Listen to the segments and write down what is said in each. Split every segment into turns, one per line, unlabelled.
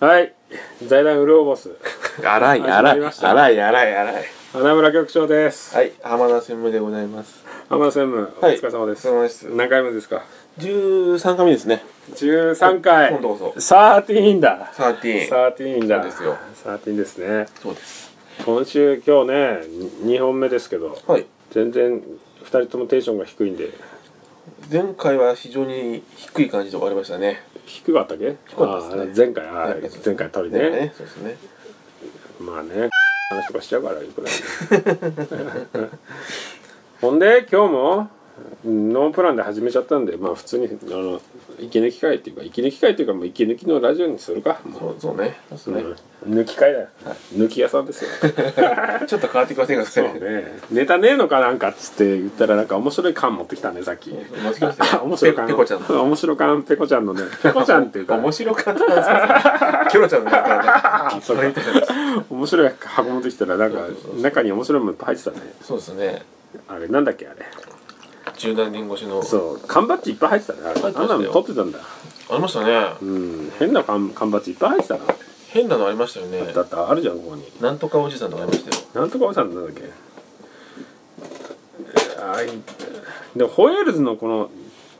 はい財団ウルオボ ス
荒い
始
荒
ま
い
りました
荒い荒い荒い
花村局長です
はい浜田専務でございます
浜田専務お
はい
疲れ様です、
お疲れ様です
何回目ですか
13回目ですね
13回
今度こ
13だ
そ13
13だ
そうですよ
13ですね
そうです
今週今日ねに2本目ですけど
はい
全然2人ともテンションが低いんで
前回は非常に低い感じで終わりましたね
低かったっけ低
かったですね
前回あ
前回
前回取りね
前回ねそうですね
まあね話とかしちゃうからいくらでも ほんで今日もノープランで始めちゃったんでまあ普通にあの息抜き会っていうか息抜き会っていうかもう息抜きのラジオにするかも
そうそうねそうです
う、
ね、
うん抜き会だよ、抜き屋さんですよ
ちょっと変わってきませんか
そう ねネタねえのかなんかっつって言ったらなんか面白い缶持ってきたねさっき
持ってきましたよ
面白い
ペ
缶
ペコちゃん
面白い缶ペコちゃんのねペコちゃんっていうか
面白かったなんですけどキョロちゃんの中
そうか面白い箱持ってきたらなんか
そうそうそう
中に面白いものいっぱい入ってたね
そうですね
あれなんだっけあれ
十何年越しの
そう缶バッジいっぱい入ってたねあれ
入
あ
っ
ん
てました
な
よ
の取ってたんだ
ありましたね、
うん変な缶缶バッジいっぱい入ってたな
変なのありましたよね
だってあるじゃんここに
なんとかおじさんとかありましたよ
なんとかおじさんなんだっけあーいでもホエールズのこの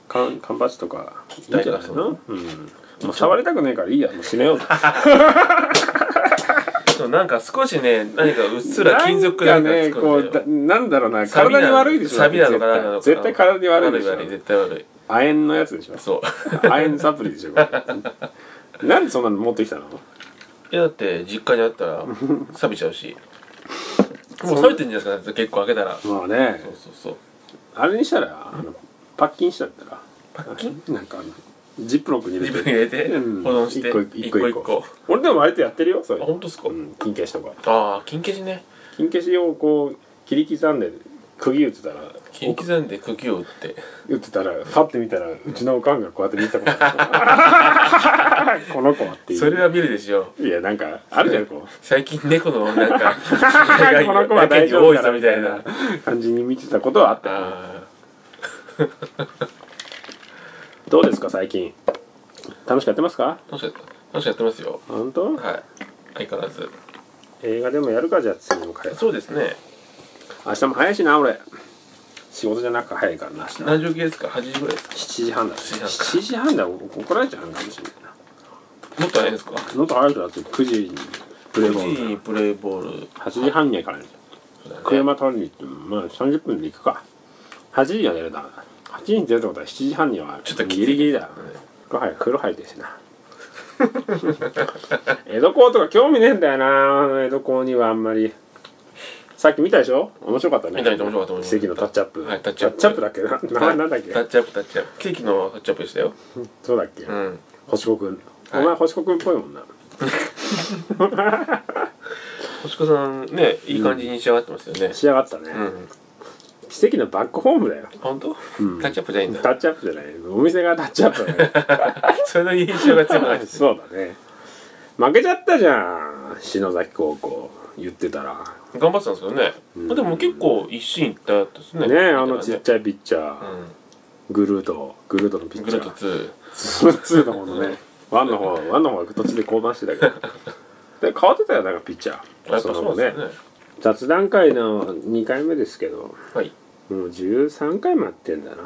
缶缶バッジとかいいんじゃない
そ
の
う
うんもう触りたくねえからいいやもう締めよう
でもなんか少しね何かうっすら金属か
な
なん
ん
か
かねこ
作
う
って
だ
る
なんだろうな
サビ
体に
の
悪いでしょ
サビなのかな
絶
なの
対絶
かな
対体に悪いでし
悪い
ょ
絶対悪い
亜鉛のやつでしょ
そう
亜鉛サプリでしょこれなんでそんなの持ってきたの
いやだって実家にあった ら錆びちゃうしもう錆びてんじゃないですか結構開けたらそう
まあね
そうそう
あれにしたらあのパッキンしたったら
パッキン
なんかあのジップロックに入
自
れ
分
て
に入れて保
うん
存して
一個一個一個
一個
俺でも割とやってるよそれ
あ本当ですか
うん金消しとか
ああ金消しね
金消しをこう切り刻んで釘打ってたら
金刻んで茎を打って
打ってたらファって見たらうちのおかんがこうやって見てた ことあるこの子はっていう
それは見るでしょ
いやなんかあるじゃん こう
最近猫のなん か
この子は大丈夫
多い
かな
ぞみ
み
た
た
い
い
な
な感じに見てたことはあった
あ
どうですか最近楽しくやってますか
あ楽しかった楽しくやってますよ
本当
はい相変わらず
映画でもやるかじゃあ次の回
そうですね
明日も早いしな俺仕事じゃなく早いからな明日
何時起きですか8時ぐらいですか
7時半だね
7時半か
7時半だお怒られちゃうかもしれないな
もっと早いですか
もっと早い人だって9時にプレイボ
9
ー
時
ル
にプレイボール
8時半には行かない
そうだね
車取りに行ってもまあ30分で行くか8時には出るな8時に出るってことは7時半には
ちょっときつい
ギリギリだ風呂入る風呂入ってるしな 江戸港とか興味ねえんだよな江戸港にはあんまりさっき見たでしょ面白かったね
見た見た面白かった面
奇
白
跡の
かっ
タ
た
ッチアップ、
はいタッチアップ
だっけな名前なんだっけ
タッチアップタッチアップケーキのタッチアップでしたよ
そうだっけ、
うん
星子くんお
はい
前星子くんっぽいもんな
星子さんねいい感じに仕上がってますよね
仕上がったね、
うん
奇跡のバックホームだよ
本当タッチアップじゃないんだ
タッチアップじゃないお店がタッチアップだね
それの印象が強くないです
そうだね負けちゃったじゃん篠崎高校言ってたら
頑張ってたんですけどねまあでも結構一進一退だったですね
ねえあの
見
ち
て
ったちゃいピッチャー、
らね
グルートグルートのピ
うん
ッ
グ
チャ
ルート
ー
2
2の方のね1の方1の方が途中で降板してたけ どで変わってたよなんかピッチャー
やっぱそうです
の後
よね
雑談会の2回目ですけど
はい
もう13回もやってんだな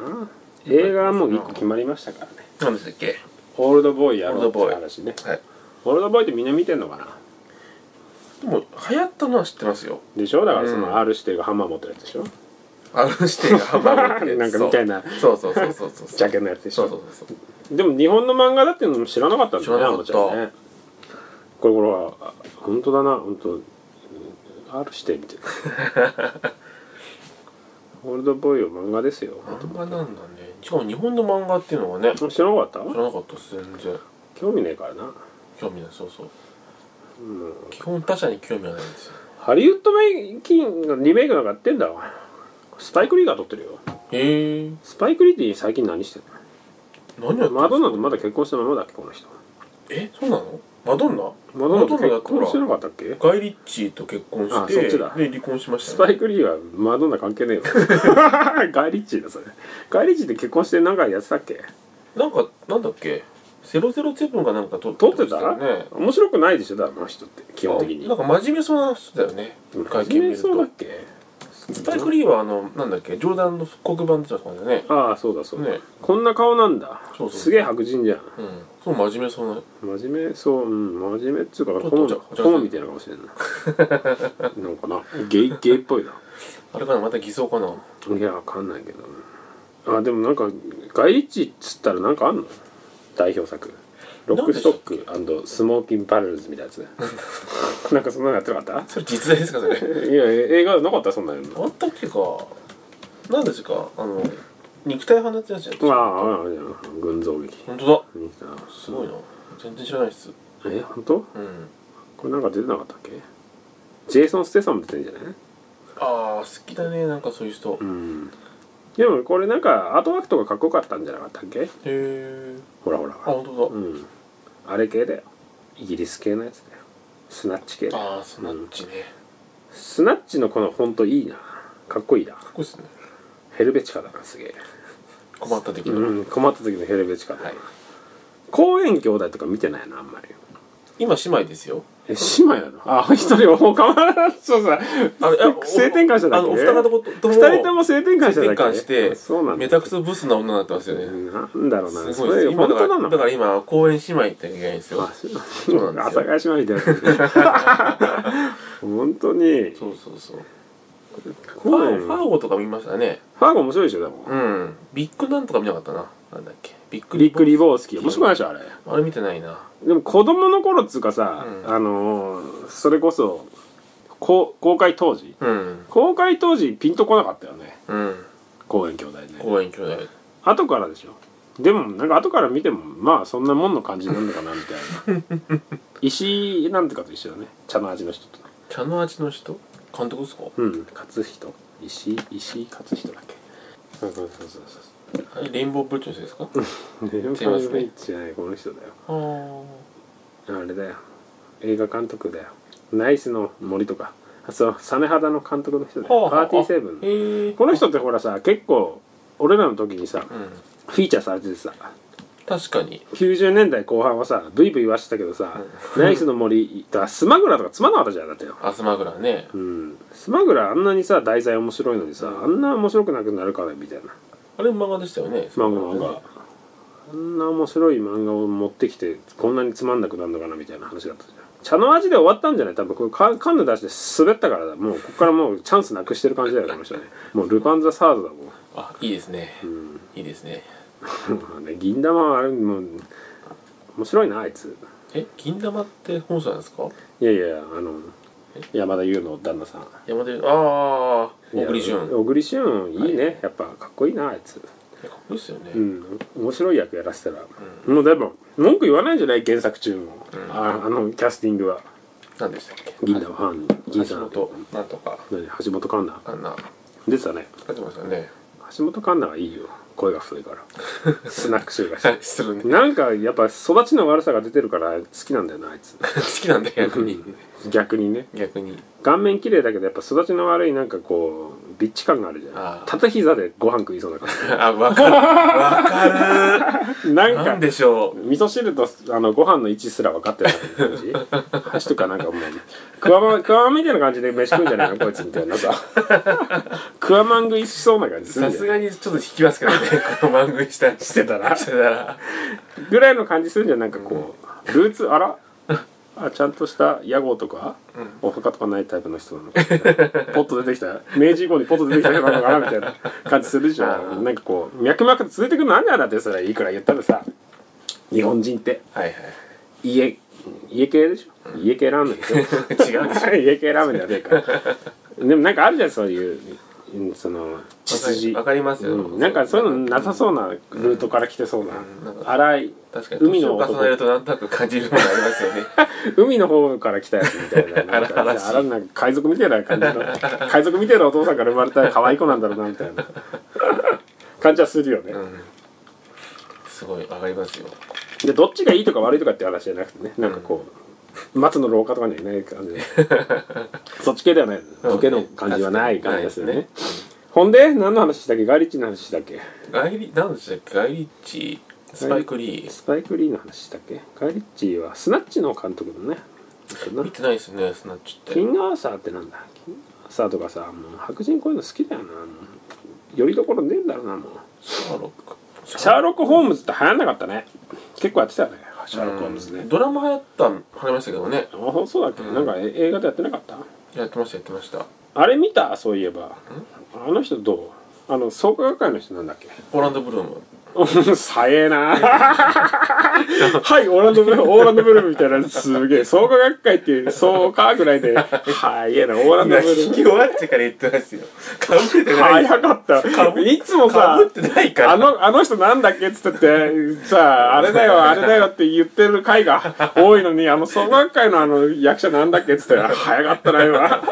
映画はもう1個決まりましたからね
何でしたっけ
オールドボーイやろうって
オールドボーイ
話ね
はい
オールドボーイってみんな見てんのかな
でも流行ったのは知ってますよ
でしょだからそ
うん
の R 指定がハンマー持ってるやつでしょ
あの視点がハンバーグ
なんかみたいな
そうそうそうそうそうそう
ジャケのやつでし
そうそ
ょ
うそうそう
でも日本の漫画だっていうのも知らなかったんだよね
知ら
あ
なか
の
っ
ち
た
ゃんねこれこれはあ本当だな本当うん R 指定み たいなオールドボーイは漫画ですよ
漫画なんだねしかも日本の漫画っていうのがね知
知らなかった
らなかったです全然
興味ねえからな
興味ないそうそう、基本他者に興味はないんですよ
ハリウッドメイキングのリメイクなんかやってんだわスパイク・リーが撮ってるよ
へえ
スパイク・リーって最近何してる
何やってんですか
のマドンナとまだ結婚したままだっけこの人
えそうなのマドンナ
マドンナと
マドンナだ
結
ったら
婚してなかったっけ
ガイ・リッチーと結婚して
あそっちだ
で離婚しまし
ス
た
パ
ね
イク・リーはマドンナ関係ねえよ ガイ・リッチーだそれガイ・リッチーって結婚して何回やってたっけ
なんかなんだっけセロゼロセブンがなんか撮っ
撮ってた
ましたよね
面白くないでしょだからあの人って基本的に
なんか真面目そうな人だよね会見見る
そうだ
と
っけ
スパイク・リーはあのなんだっけ上段の復刻版って言ってましたからね
ああそうだそうだ、
ね
こんな顔なんだ
そうそう
すげえ白人じゃん
うんそう真面目そうな
真面目そううん真面目っつうか
ちょ
コモ
ちょちょ
コモみたいな顔して んななんかなゲイゲイっぽいな
あれかなまた偽装かない
やわかんないけどあでもなんかガイリッチっつったらなんかあんの代表作「ロックストックスモーキンパレルズ」みたいなやつ なんかそんなのやってなかっ
それ実在ですかそれ
たいやえ映画なかったそんなの
あったっけか何ですかあの肉体派のやつやつや
あ
ん
あああいや群像劇
本当だす
す
ごいな全然知らないっす
え本当
うん
これなんか出てなかったっけジェイソン・ステサム出てんじゃない
ああ好きだねなんかそういう人へ
うんでもこれなんかアートワークとかかっこよかったんじゃなかったっけ
え
ほらほら
あ本当
う
だ
んあれ系だよイギリス系のやつだよスナッチ系だよ
ああスナッチね
スナッチのこのほんといいなかっこいいな
かっこいいっすね
ヘルベチカだなすげえ
困った時の
うん困った時のヘルベチカだ、
はい
公園兄弟とか見てないなあんまり
今姉妹ですよ
え姉妹なのあ一人はもうかまらずそうさ
あれあお
性転換しただ
あ
け
のお二方とも
二人とも性転換しただけ
転換して
そうなんだ
めちゃくちゃブスな女になってますよ
う
ね
んなんだろうな
す
そ
ごいです
れ
今
本
だか
当な
ら
の
だから今公園姉妹って言えないんですよ
あ
うなんですよ
阿佐ヶ谷姉妹みたいな本当に
そうそうそうフ
公
ァー
園
ファーゴとか見ましたね
ファーゴ面白いでしょでも
うんビッグなんとか見なかったななんだっけビッグ
リック・リボースキー
リ
面白くないでしょあれ
あれ見てないな
でも子供の頃っつうかさ、
うん
あのーそれこそこう公開当時
うん
公開当時ピンとこなかったよね
うん
公園兄弟ね
公園兄弟
後からでしょでもなんか後から見てもまあそんなもんの感じなんだかなみたいな 石井なんとかと一緒だね茶の味の人と
茶の味の人監督ですか
うん勝人石井石井勝人だっけそうそうそうそうそ
あれレインボーブリッジの人ですか
うレインボ
すいませ
ー
ん
ブリッジじゃないこの人だよ
あー
あれだよ映画監督だよナイスの森とかあそうサメ肌の監督の人だよパーティーセブン
へえ
この人ってほらさ結構俺らの時にさ
うん
フィーチャーされててさ
確かに
90年代後半はさブイブイ言わしてたけどさ、ナイスの森とかスマグラとかつまんなかったじゃんだってよ
アスマグラね
うんスマグラあんなにさ題材面白いのにさ、あんな面白くなくなるかねみたいな
あれ漫画でしたよね
漫画漫画あんな面白い漫画を持ってきてこんなにつまんなくなるのかなみたいな話だったじゃん茶の味で終わったんじゃない多分これカカンヌ出して滑ったからだもうここからもうチャンスなくしてる感じだよねこの人ねもうルパン・ザ・サーズだもん
あいいですねいいですね
うん ね銀玉はあれもう面白いなあいつ
え銀玉って本社なんですか
いやいやあの山田優の旦那さん
山田ああ小栗
い
旬
や
かっ
小栗旬いいね、やっぱかっこいいなあいつ
こいいっすよ
う
ね
ん面白い役やらせたら、もうだいぶ文句言わないんじゃない原作中も、ああのキャスティングは
何でしたっけ
銀玉ファン銀
橋
玉
本なんとか
何橋本環奈
あんな
出てたね
書いてましたよね
橋本環奈はいいよ声が太いから スナック臭がし
はい
て
するね
なんかやっぱ育ちの悪さが出てるから好きなんだよなあいつ
好きなんだ逆に
逆にね
逆に
顔面綺麗だけどやっぱ育ちの悪いなんかこうビッチ感があるじゃ
あ
ん
ー
縦膝でご飯食いそうな感
あわかるわかる
じなん
な
か
んでしょう
味噌汁とあのご飯の位置すら分かってない感じ箸とかなんかもうクワマンクワマンみたいな感じで飯食うんじゃないのこいつみたい なさクワマン食いしそうな感じする
さ
んじゃ
す
ない
がにちょっと引きます からねこの番組したら
してたら
してたら
ぐらいの感じするんじゃんなんかこうルーツあらあちゃんとした屋号とか、お墓とかないタイプの人なのかポッと出てきた明治以降にポッと出てきた人なのかなみたいな感じするじゃんなんかこう脈々と続いてくるのなんなんだってそれいくら言ったらさ日本人って
はいはい
家家系でしょ家系ラーメンでしょ違うでしょ家系ラーメンじゃねえかでもなんかあるじゃんそういううんその血筋
わかりますよ
うんなんかそういうのなさそうなルートから来てそうな荒い
確かに
海
年
の
を重ねるとなんとなく感じるものがありますよね
海の方から来たやつみたいななんか
荒々しい
あらなんか海賊みたいな感じの海賊みたいなお父さんから生まれた可愛い子なんだろうなみたいな感じはするよね、
すごいわかりますよ
でどっちがいいとか悪いとかって話じゃなくてねなんかこう、松の廊下とかにはいない感じ でそっち系ではないボケの感じはない感じですよね
ないで
ほんで何の話したっけガイリッチの話したっけ
ガイリなんでしたっけガイリッチスパイクリー
スパイク・リーの話したっけカイリッチーはスナッチの監督だねだな
見てないですねスナッチっ
キ
て
ング・アーサーってなんだキング・アーサーとかさもう白人こういうの好きだよなもうよりどころねえんだろうなもう
シャーロック
シャーロック・ホームズって流行んなかったね結構やってたよねシャーロック・ホームズ
うん
ね
ドラマ流行った流行りましたけどね
あそうだっけ、なんかえ映画でやってなかった
やってましたやってました
あれ見たそういえばあの人どうあの創価学会の人なんだっけ
オーランド・ブルーム
うんさえな はいオーランドブルーオーランドブルーみたいなすげえ創価学会っていう創価ぐらいではいえなオーランドブルー
終わってから言ってますよかぶれて
早かったいつもさ
てないか
あのあの人なんだっけっつっててさああれだよあれだよって言ってる回が多いのにあの創価学会のあの役者なんだっけっつって早かったな今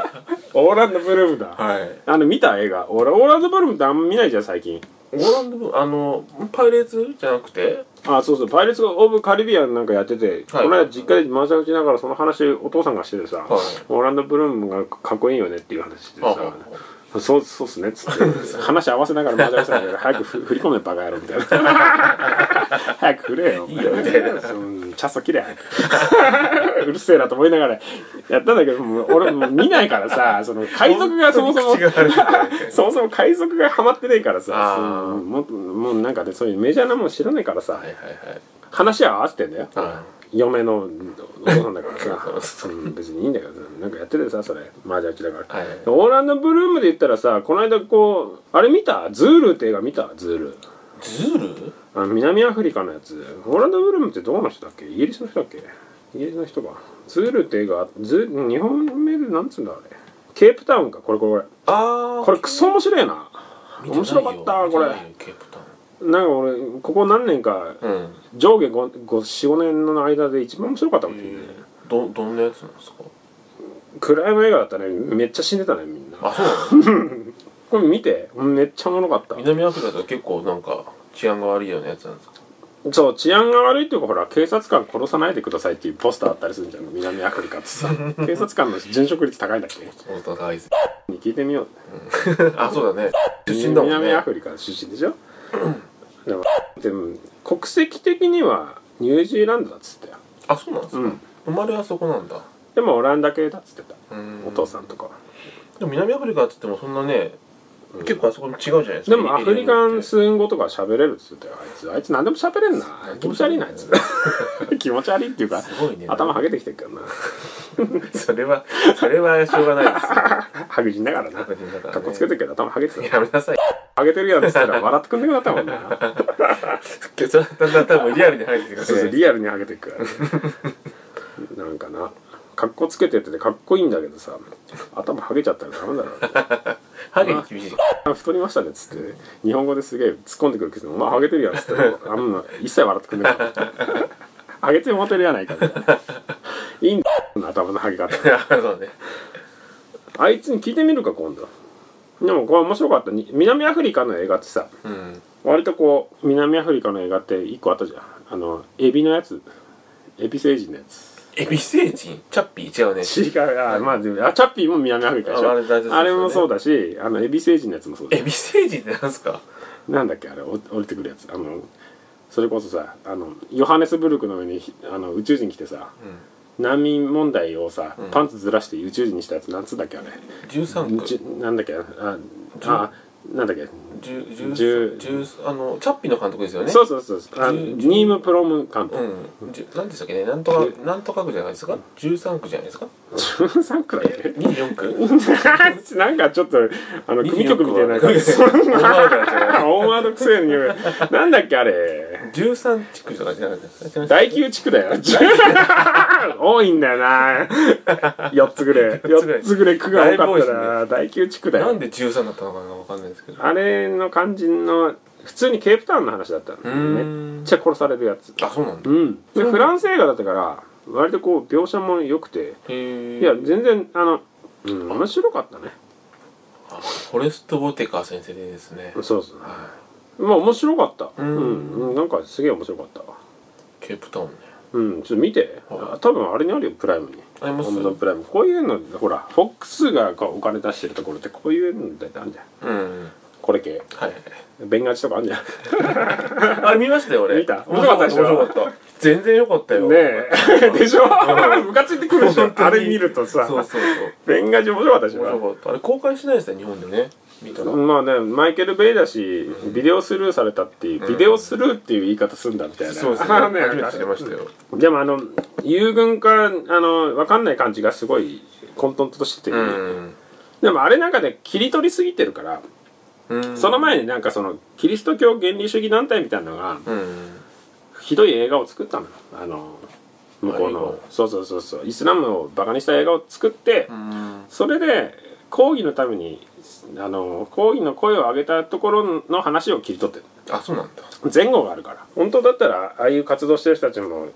オーランドブルームだ
はい
あの見た映画俺オーランドブルームってあんま見ないじゃん最近
オーランド・ブルームあのパイレーツじゃなくて
あそうそうパイレーツ・オブ・カリビアンなんかやってて、この間実家で回し打ちながらその話お父さんがしててさ、オーランド・ブルームがかっこいいよねっていう話してさ、そうそうっすねっつ って話合わせながら回し打ちな がら早くふ振り込めバカ野郎みたいな 早く振れよいいよみたいなチャスト切れ うるせえなと思いながらやったんだけどもう俺もう見ないからさその海賊がそもそも
本当に口が悪いから ね
そもそも海賊がハマってねえからさ
あー
そうもっともうなんかねそういうメジャーなもん知らないからさ、
はいはい
話は合わせてんだよ、
は
嫁のお父さんだからさ、
そう
うん、別にいいんだけどなんかやっててさそれマージャン打ちだから、
はいはい
オーランド・ブルームで言ったらさこの間こうあれ見たズールって映画見たズール
ズール
あの南アフリカのやつオーランド・ブルームってどこの人だっけイギリスの人だっけイギリスの人かズールって映画ズー日本名でなんつうんだあれケープタウンかこれこれこれ
ああ
これクソ面白いな面白かったこれ
ケープタ
なんか俺ここ何年か
ウンうん
上下45年の間で一番面白かったもんね、
どどんなやつなんですか
暗闇の映画だったねめっちゃ死んでたねみんな
あそう なの
これ見てめっちゃおもろかった
南アフリカとか結構なんか治安が悪いようなやつなんですか
そう治安が悪いっていうかほら警察官殺さないでくださいっていうポスターあったりするじゃん南アフリカって さ警察官の殉職率高いんだっけ
お互いです
に聞いてみよう
あそうだね出身だもんね
南アフリカ出身でしょでもでも国籍的にはニュージーランドだっつったよ
あそうなんですか、
うん
生まれはそこなんだ
でもオランダ系だっつってた
うん
お父さんとかは
でも南アフリカっつってもそんなね、結構あそこも違うじゃないです
で
か
もアフリカン
ス
スーン語とか喋れるっつってたよあいつあいつ何でも喋れんな気持ち悪いなあいつ気持ち悪いっていうか
すごいね
頭はげてきてるからな
それはそれはしょうがないです よ
はぐじながらな
白人だからね
かっこつけてるけど頭はげてた
やめなさい
はげてるやんっつったら笑ってくんなくなったもん な
それだんだん多分リアルに入ってくる
そうそうリアルにはげてくからねなんかなかっこつけててかっこいいんだけどさ頭はげちゃったらダメだろうね
ハゲに厳しい
あ太りましたねっつって日本語ですげえ突っ込んでくるけど「お前ハゲてるやん」っつってあんな一切笑ってくんないハゲてモテるやないかみたいないいんだ頭のハゲ方
あ そうね
あいつに聞いてみるか今度でもこれ面白かったに南アフリカの映画ってさ
うん
割とこう南アフリカの映画って一個あったじゃんあのエビのやつエビ星人のやつ
エビ星人チャッピー違うね
違うあまあでもあチャッピーも南アフリカでしょ
ああれ大事ですよね
あれもそうだしあのエビ星人のやつもそうだし
エビ星人ってなんすか
なんだっけあれお降りてくるやつあのそれこそさあのヨハネスブルクの上にひあの宇宙人来てさ、難民問題をさ、パンツずらして宇宙人にしたやつなんつうんだっけあれ、
13
うち
区
なんだっけああなんだっけ
十
十
十十あのチャッピーの監督ですよね
そうそうそうあ
じゅうじゅう
ニームプロムカンプ、
うんじゅなんでしたっけねなんとかなんとか区じゃないですか13区じゃないですか
13くらい で
24区
なんかちょっとあの組曲みたいな感じ
そんな
オーマードくせえになんだっけあれ
13地区とかじゃなかったですか
第9地区だよ 多いんだよな4つぐらい
四つぐ
4
らい
つぐらい区が多か
だいぶ多
っ
い
た
です
な
ね
第9地区だ
なん
よ
で13だったのかなわかんないですけど
あれの肝心の普通にケープタウンの話だったの
ん
めっちゃ殺されるやつ
あそうなんだ
うんでフランス映画だったから割とこう描写も良くて
へえ
いや全然あの、うん、面白かったね
フォレスト・ボテカー先生でですね
そうそうまあ面白かったうんん、うん、なんかすげえ面白かったわ
ケープタウンね
うんちょっと見て
は
あ多分あれにあるよプライムに
あります
ホームドプライムこういうのほらフォックスがこうお金出してるところってこういうのだってあるじゃん
うん
ここれ系
はい
ベンガチとかあんじゃんね
あれ見ましたよ俺
見た
面白かったでしょ
面白
面白かった全然良かったよ
え でしょムカついてくるでしょ
本当に
あれ見るとさ
そうそうそ
ベンガチ面白かったでし
う面
ょ
白かったあれ公開してないですね日本でね見たら
まあねマイケル・ベイだしビデオスルーされたっていう、ビデオスルーっていう言い方すんだみたいな
そうですね
あ
初
のね
めて知りましたよ
でもあの友軍からあの分かんない感じがすごい混沌としてて、
うん
でもあれなんかね切り取りすぎてるから、
うん
その前になんかそのキリスト教原理主義団体みたいなのが
うん
ひどい映画を作ったのあの向こう
あいい
の
の
そうそうそうそうイスラムをバカにした映画を作って、
うん
それで抗議のためにあの抗議の声を上げたところの話を切り取ってる
あそうなんだ
前後があるから本当だったらああいう活動してる人たちも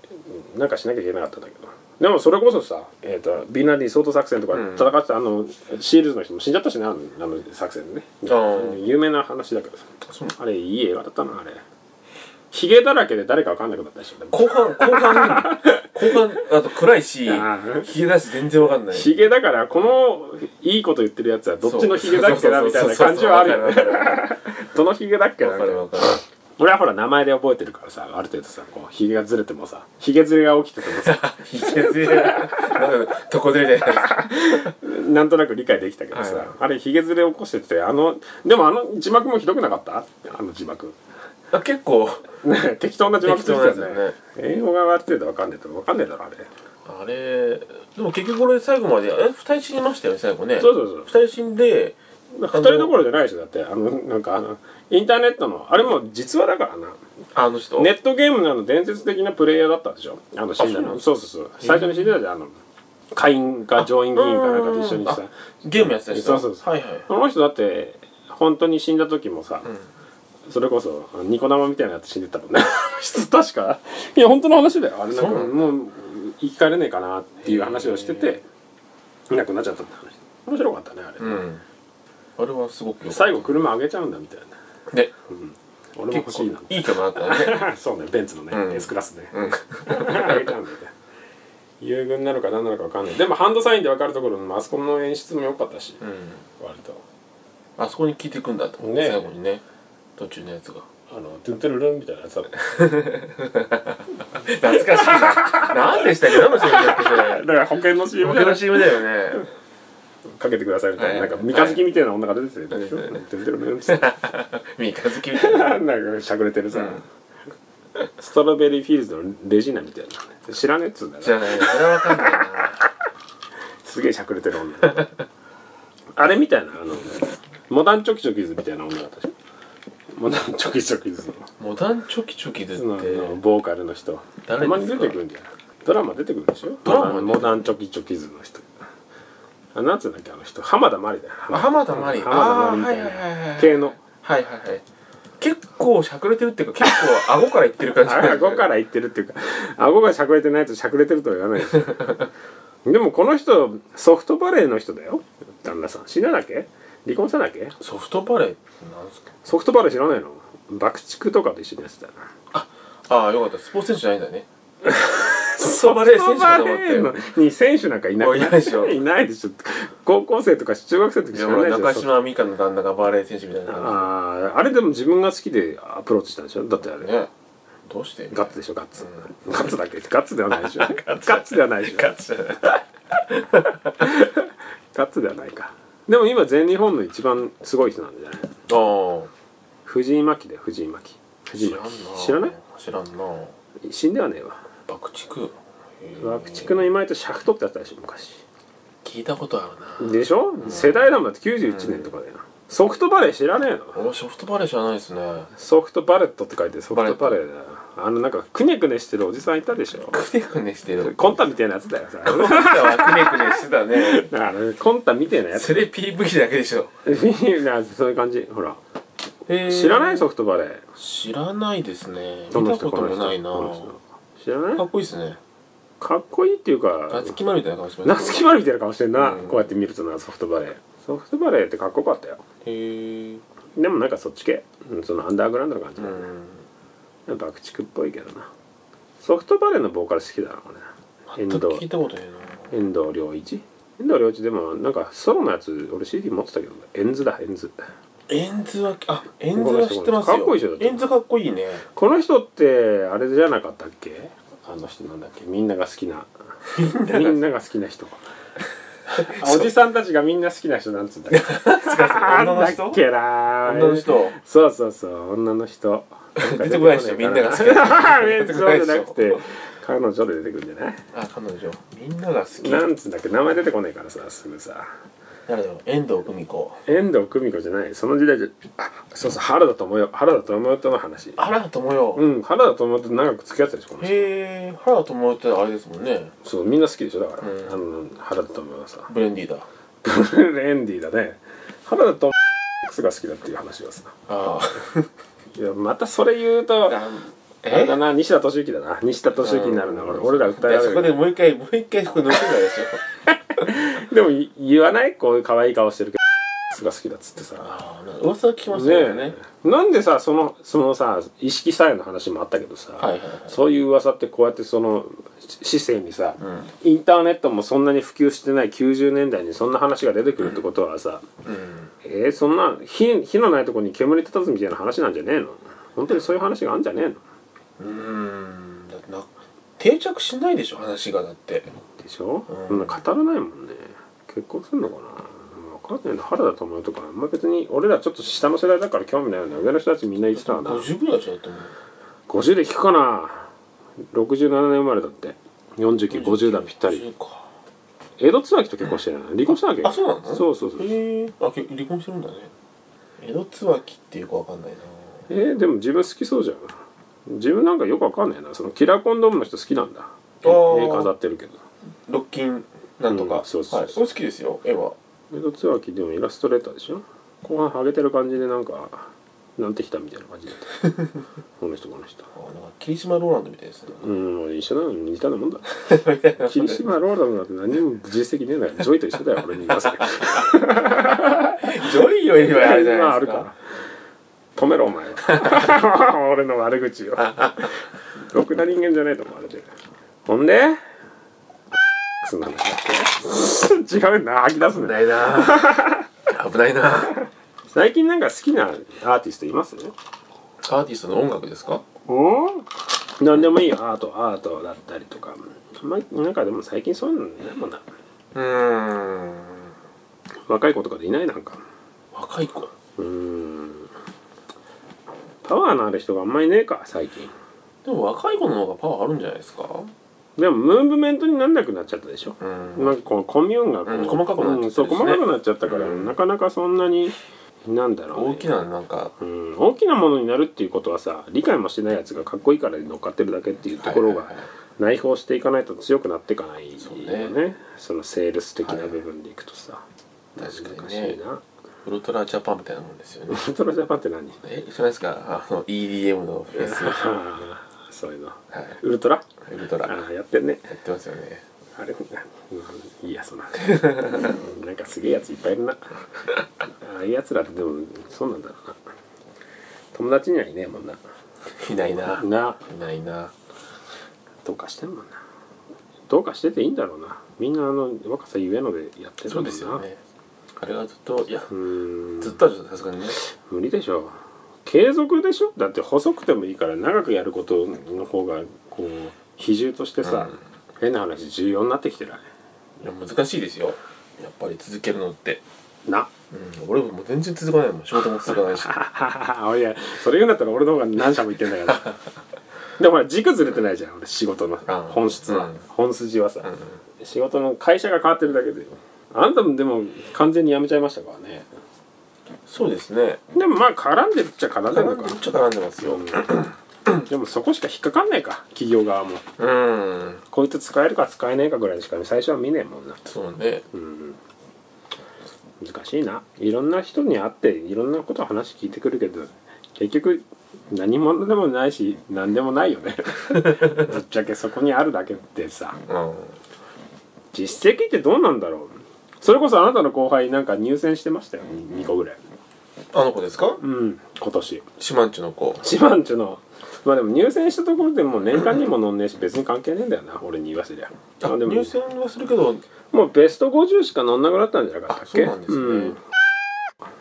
うんなんかしなきゃいけなかったんだけどでもそれこそさ、えー、とビーナディ掃討作戦とか
うん
戦ってた、あのシールズの人も死んじゃったしなあのあの作戦でね
あー
有名な話だけどさ
そうなんだ
あれいい映画だったなあれヒゲだらけで誰かわかんなくなったでしょでも
後半後 半後半あと暗いし
あー
ひげだし全然わかんない
ヒゲだからこのいいこと言ってるやつはどっちのヒゲだっけなみたいな感じはあるよね
ね
どのヒゲだっけな
わ
み
か
たい
る
な
わかる
俺はほら名前で覚えてるからさある程度さこうヒゲがずれてもさヒゲずれが起きててもさ
ひげずれなんかとこずれじゃない
なんとなく理解できたけどさ、
はい
あれヒゲずれ起こしててあのでもあの字幕もひどくなかったあの字幕
あ 結構
ね適当な字幕ついてたよ
適当
ね
なやつだよね
英語がある程度わかんねえとわかんねえだろあれ
あれでも結局これ最後までえ二人死にましたよね最後ね
そうそうそう
二人死んで
二人どころじゃないでしょだってあのなんかあのインターネットのあれも実話だからな
あの人
ネットゲームなの伝説的なプレイヤーだったでしょあの死んだの
あ
そうそうそう最初に死んでたじゃんあの会員か上院議員かなんかと一緒にさ
ゲームやってた人
そうそうそう
はいはい
その人だって本当に死んだ時もさ、それこそニコ生みたいなやつ死んでた もんね質確かいや本当の話だよあれなんか
そうなんだ
もう生き返れねえかなっていう話をしてていなくなっちゃったんだ話面白かったねあれ、
うんあれはすごくよかっ
最後車あげちゃうんだみたいな
たで
俺も欲
結
し
構
いない
い曲だった ね
そうねベンツのね、
うん
S クラスね、
うん
あげたんだよね遊軍なのか何なのか分かんないでもハンドサインで分かるところのあそこの演出も良かったし、
うん
割と
あそこに聞いていくんだと思って
ね
最後にね途中のやつが
あのトゥントゥルルンみたいなやつだった
懐かしい な何でしたっけ何の CM だっけそれ
だから保険の CM
僕の CM だよね
かけてくださいみたいな、
はい
なんか三日月みたいな女が出てて、
はい
トゥントゥルルンって
三日月みたいな
なんかしゃくれてるさ、ストロベリーフィールズのレジーナみたいな知らねえっつうんだよ
じゃないそれはわかんないな
すげえしゃくれてる女あれみたいなあのモダンチョキチョキズみたいな女だったでしょモダンチョキチョキズの
モダンチョキチョキズっ
その
て
ボーカルの人た
誰です
ま
か
に出てくるんじゃないドラマ出てくるでしょ
ドラマに
モダンチョキチョキズの人あなんつうんだっけあの人浜田真理だよ
あ浜田真理
浜田真理みたいな、
あーはいはいはいはい
系の
はいはいはい結構しゃくれてるっていうか結構顎からいってる感じ
顎からら言ってるっていうか顎がしゃくれてないとしゃくれてるとは言わないですよでもこの人ソフトバレーの人だよ旦那さん死ななきゃ離婚さなきゃ
ソフトバレーってなんですか
ソフトバレー知らないの爆竹とかと一緒にやってたな
ああよかったスポーツ選手じゃないんだねソフトバレー選手かと思っ
ソフトバ
たよ
レーのに選手なんかいない
いないでしょ
いないでしょ高校生とか中学生の時
い
知
や
らない
ほ
で
ら
しょ
中島美嘉の旦那がバレー選手みたいな感
あーあれでも自分が好きでアプローチしたんでしょだってあれ、
じねどうして
ガッツでしょガッツ、ガッツだっけガッツではないでしょガッツではないでしょ
ガッツじゃない
ガッツではないかでも今全日本の一番すごい人なんじゃない
あー
藤井真希だよ藤井真希藤井
知らん
真
な
希知らない
知らんな
死んではねえわ
爆竹へー
爆竹の今井とシャフトってあったでしょ昔
聞いたことあるな
でしょ、世代だもんだって91年とかだよな、ソフトバレー知らねえの
俺ソフトバレー知らないですね
ソフトバレットって書いてソフトバレーだよあのなんかくねくねしてるおじさんいたでしょ
くねくねし てる
コンタみたいなやつだよさ
コンタはくねくねしてたね
だからコンタみたいなやつ
それ PV だけでしょ
そういう感じほら知らないソフトバレー
知らないですね
ど
見
の
た
人
こともないな
この人知らな
か
い
っこいいですね
かっこいいっていうか
夏木マリみたいな顔してます
夏木マリみたいな顔してんな、
うん
こうやって見るとなソフトバレーソフトバレーってかっこよかったよ
へー
でもなんかそっち系、うん、そのアンダーグラウンドの感じ
う
だね、
ん
爆竹っぽいけどなソフトバレーのボーカル好きだなこれ
全
遠
く
藤
聞いたことないな
遠藤良一遠藤良一でもなんかソロのやつ俺 CD 持ってたけどエンズだエンズ
エンズはあエンズは知ってますよ
かっこいい人だって
エンズかっこいいね
この人ってあれじゃなかったっけあの人なんだっけみんなが好き なみんなが好きな人あおじさんたちがみんな好きな人なんつうんだっけ
女の
なん
人
だっけな
女の人
そうそうそう女の人
出てこないでしょみんな が好き
な
出てこ
そ
ないうで
じゃ
し
な
ょ
くて彼女で出てくるんじゃない
あ彼女みんなが好き
なんつうんだっけ名前出てこないからさすぐさ
誰だろう遠藤久美子
遠藤久美子じゃないその時代じゃあそうそう原田智代原田智代との話
原田智代、
うん原田智代と長く付き合ってたでしょこの人
へえ原田智代ってあれですもんね
そうみんな好きでしょだから、
うん
あの原田智代はさ
ブレンディーだ
レンディーだね原田と X が好きだっていう話はさ
あ
いやまたそれ言うとあ
あ
れ
え
だな西田敏行だな西田敏行になるな俺俺ら訴えら
いやそこ
れ
で
る
もう一回もう一回そこ乗ってたでしょ
でもい言わないこういう可愛い顔してるけど X が好きだっつってさ
ああ噂は聞きますよね
ねえなんでさそのそのさ意識さえの話もあったけどさ、
はいはいはい
そういう噂ってこうやってその市政にさ、
ん
インターネットもそんなに普及してない90年代にそんな話が出てくるってことはさ、
うん
えー、そんな火火のないとこに煙立たずみたいな話なんじゃねえの本当にそういう話があんじゃねえの
うーんだってな定着しないでしょ話がだって
でしょ、
うん
そんな語らないもんね結婚するのかな分かんないな原田知世とかあんま別に俺らちょっと下の世代だから興味ないよね上の人たちみんな言ってたわな
50ぐらいじゃないと思う
50で聞くかな67年生まれだって4950だぴったり
50か
江戸椿と結婚してるの離婚したわけ
あそうなの
そうそうそう
へえあ結離婚してるんだね江戸椿っていうかわかんないな
えー、でも自分好きそうじゃん自分なんかよくわかんないなそのキラーコンドームの人好きなんだ
ー
絵飾ってるけど
ロッキンなんとか、
うんそうそう
はい、俺好きですよ絵は
江戸椿でもイラストレーターでしょ後半ハゲてる感じでなんかなんてきたみたいな感じだった この人この人
あなんか霧島ローランドみたいで すね
うん俺一緒なのに似たようなもんだ
みたいな
霧島ローランドなんて何にも実績ねえんだからジョイと一緒だよ俺に言わせて
ジョイよりはあれじゃ
まあ
な
あ
いで
る
す
か
から
止めろお前は 俺の悪口を ろくな人間じゃないと思われてるほん でそんな話だっけ違うな吐き出す
危
ね
ないな危ないな
最近なんか好きなアーティストいます
アーティストの音楽ですか
うん何でもいいよアートアートだったりとかまあなんかでも最近そういうのねもんな
うーん
若い子とかでいないなんか
若い子
うーんパワーのある人があんまりねえか最近
でも若い子の方がパワーあるんじゃないですか
でもムーブメントになんなくなっちゃったでしょ
うん
なんかこのコミューンがこう、
うん細かくなっちゃった
うんそう
です
細
ね
かくなっちゃったから、
うん
なかなかそんなになんだろう、ね、
大きななんか
うん、大きなものになるっていうことはさ理解もしてないやつがかっこいいから乗っかってるだけっていうところが、
はいはいはい
内包していかないと強くなっていかないよねそ
そうね
のセールス的な部分でいくとさ、
はい確か
難
に
し
ね
いな
ウルトラジャパンみたいなもんですよね
ウルトラジャパンって何
え知らないですかあの EDM のフェス は
ああそういうの
い
ウルトラ
ウルトラや
ああやってんね
ってますよね
あれ、うん、いいやそ んなうんなんかすげえやついっぱいいるなああいうやつらってでもそうなんだろうな友達にはいねえもんない
ないない
ない
ないな
どうかしてんもんなどうかしてていいんだろうなみんなあの若さゆえのでやってる
そ
も
うん
な
ですよねあれはずっといや
うーん
ずっとはちょっとさすがにね
無理でしょ継続でしょだって細くてもいいから長くやることの方がこう比重としてさ、変な話重要になってきてない
いや難しいですよやっぱり続けるのって
な
うん俺もう全然続かないもん仕事も続か ないし
あいやそれ言うんだったら俺の方が何社も言ってんだ からでもほら軸ずれてないじゃん俺仕事の
うん
本質は、
うん
本筋はさ、
う
仕事の会社が変わってるだけでよあんたもでも完全に辞めちゃいましたからね
んそうですね
でもまあ絡んでるっちゃ絡んでるの
めっ
か
ちゃ絡んでますよ
うんでもそこしか引っかかんないか企業側も
うん
こいつ使えるか使えないかぐらいしか最初は見ねえもんな
そうね
うん難しいないろんな人に会っていろんなこと話聞いてくるけど結局何者でもないし何でもない よねぶっちゃけそこにあるだけってさ
うん
実績ってどうなんだろうそれこそあなたの後輩なんか入選してましたよ2個ぐらい
あの子ですか
うん今年
シマンチュの子
一番っちゅうのまあでも入選したところでもう年間にも載んねえし別に関係ねえんだよな俺に言わせりゃ
あ
でも
入選はするけどへ
もうベスト50しか載んなくなったんじゃなかったっけ
あそうなんですね
うん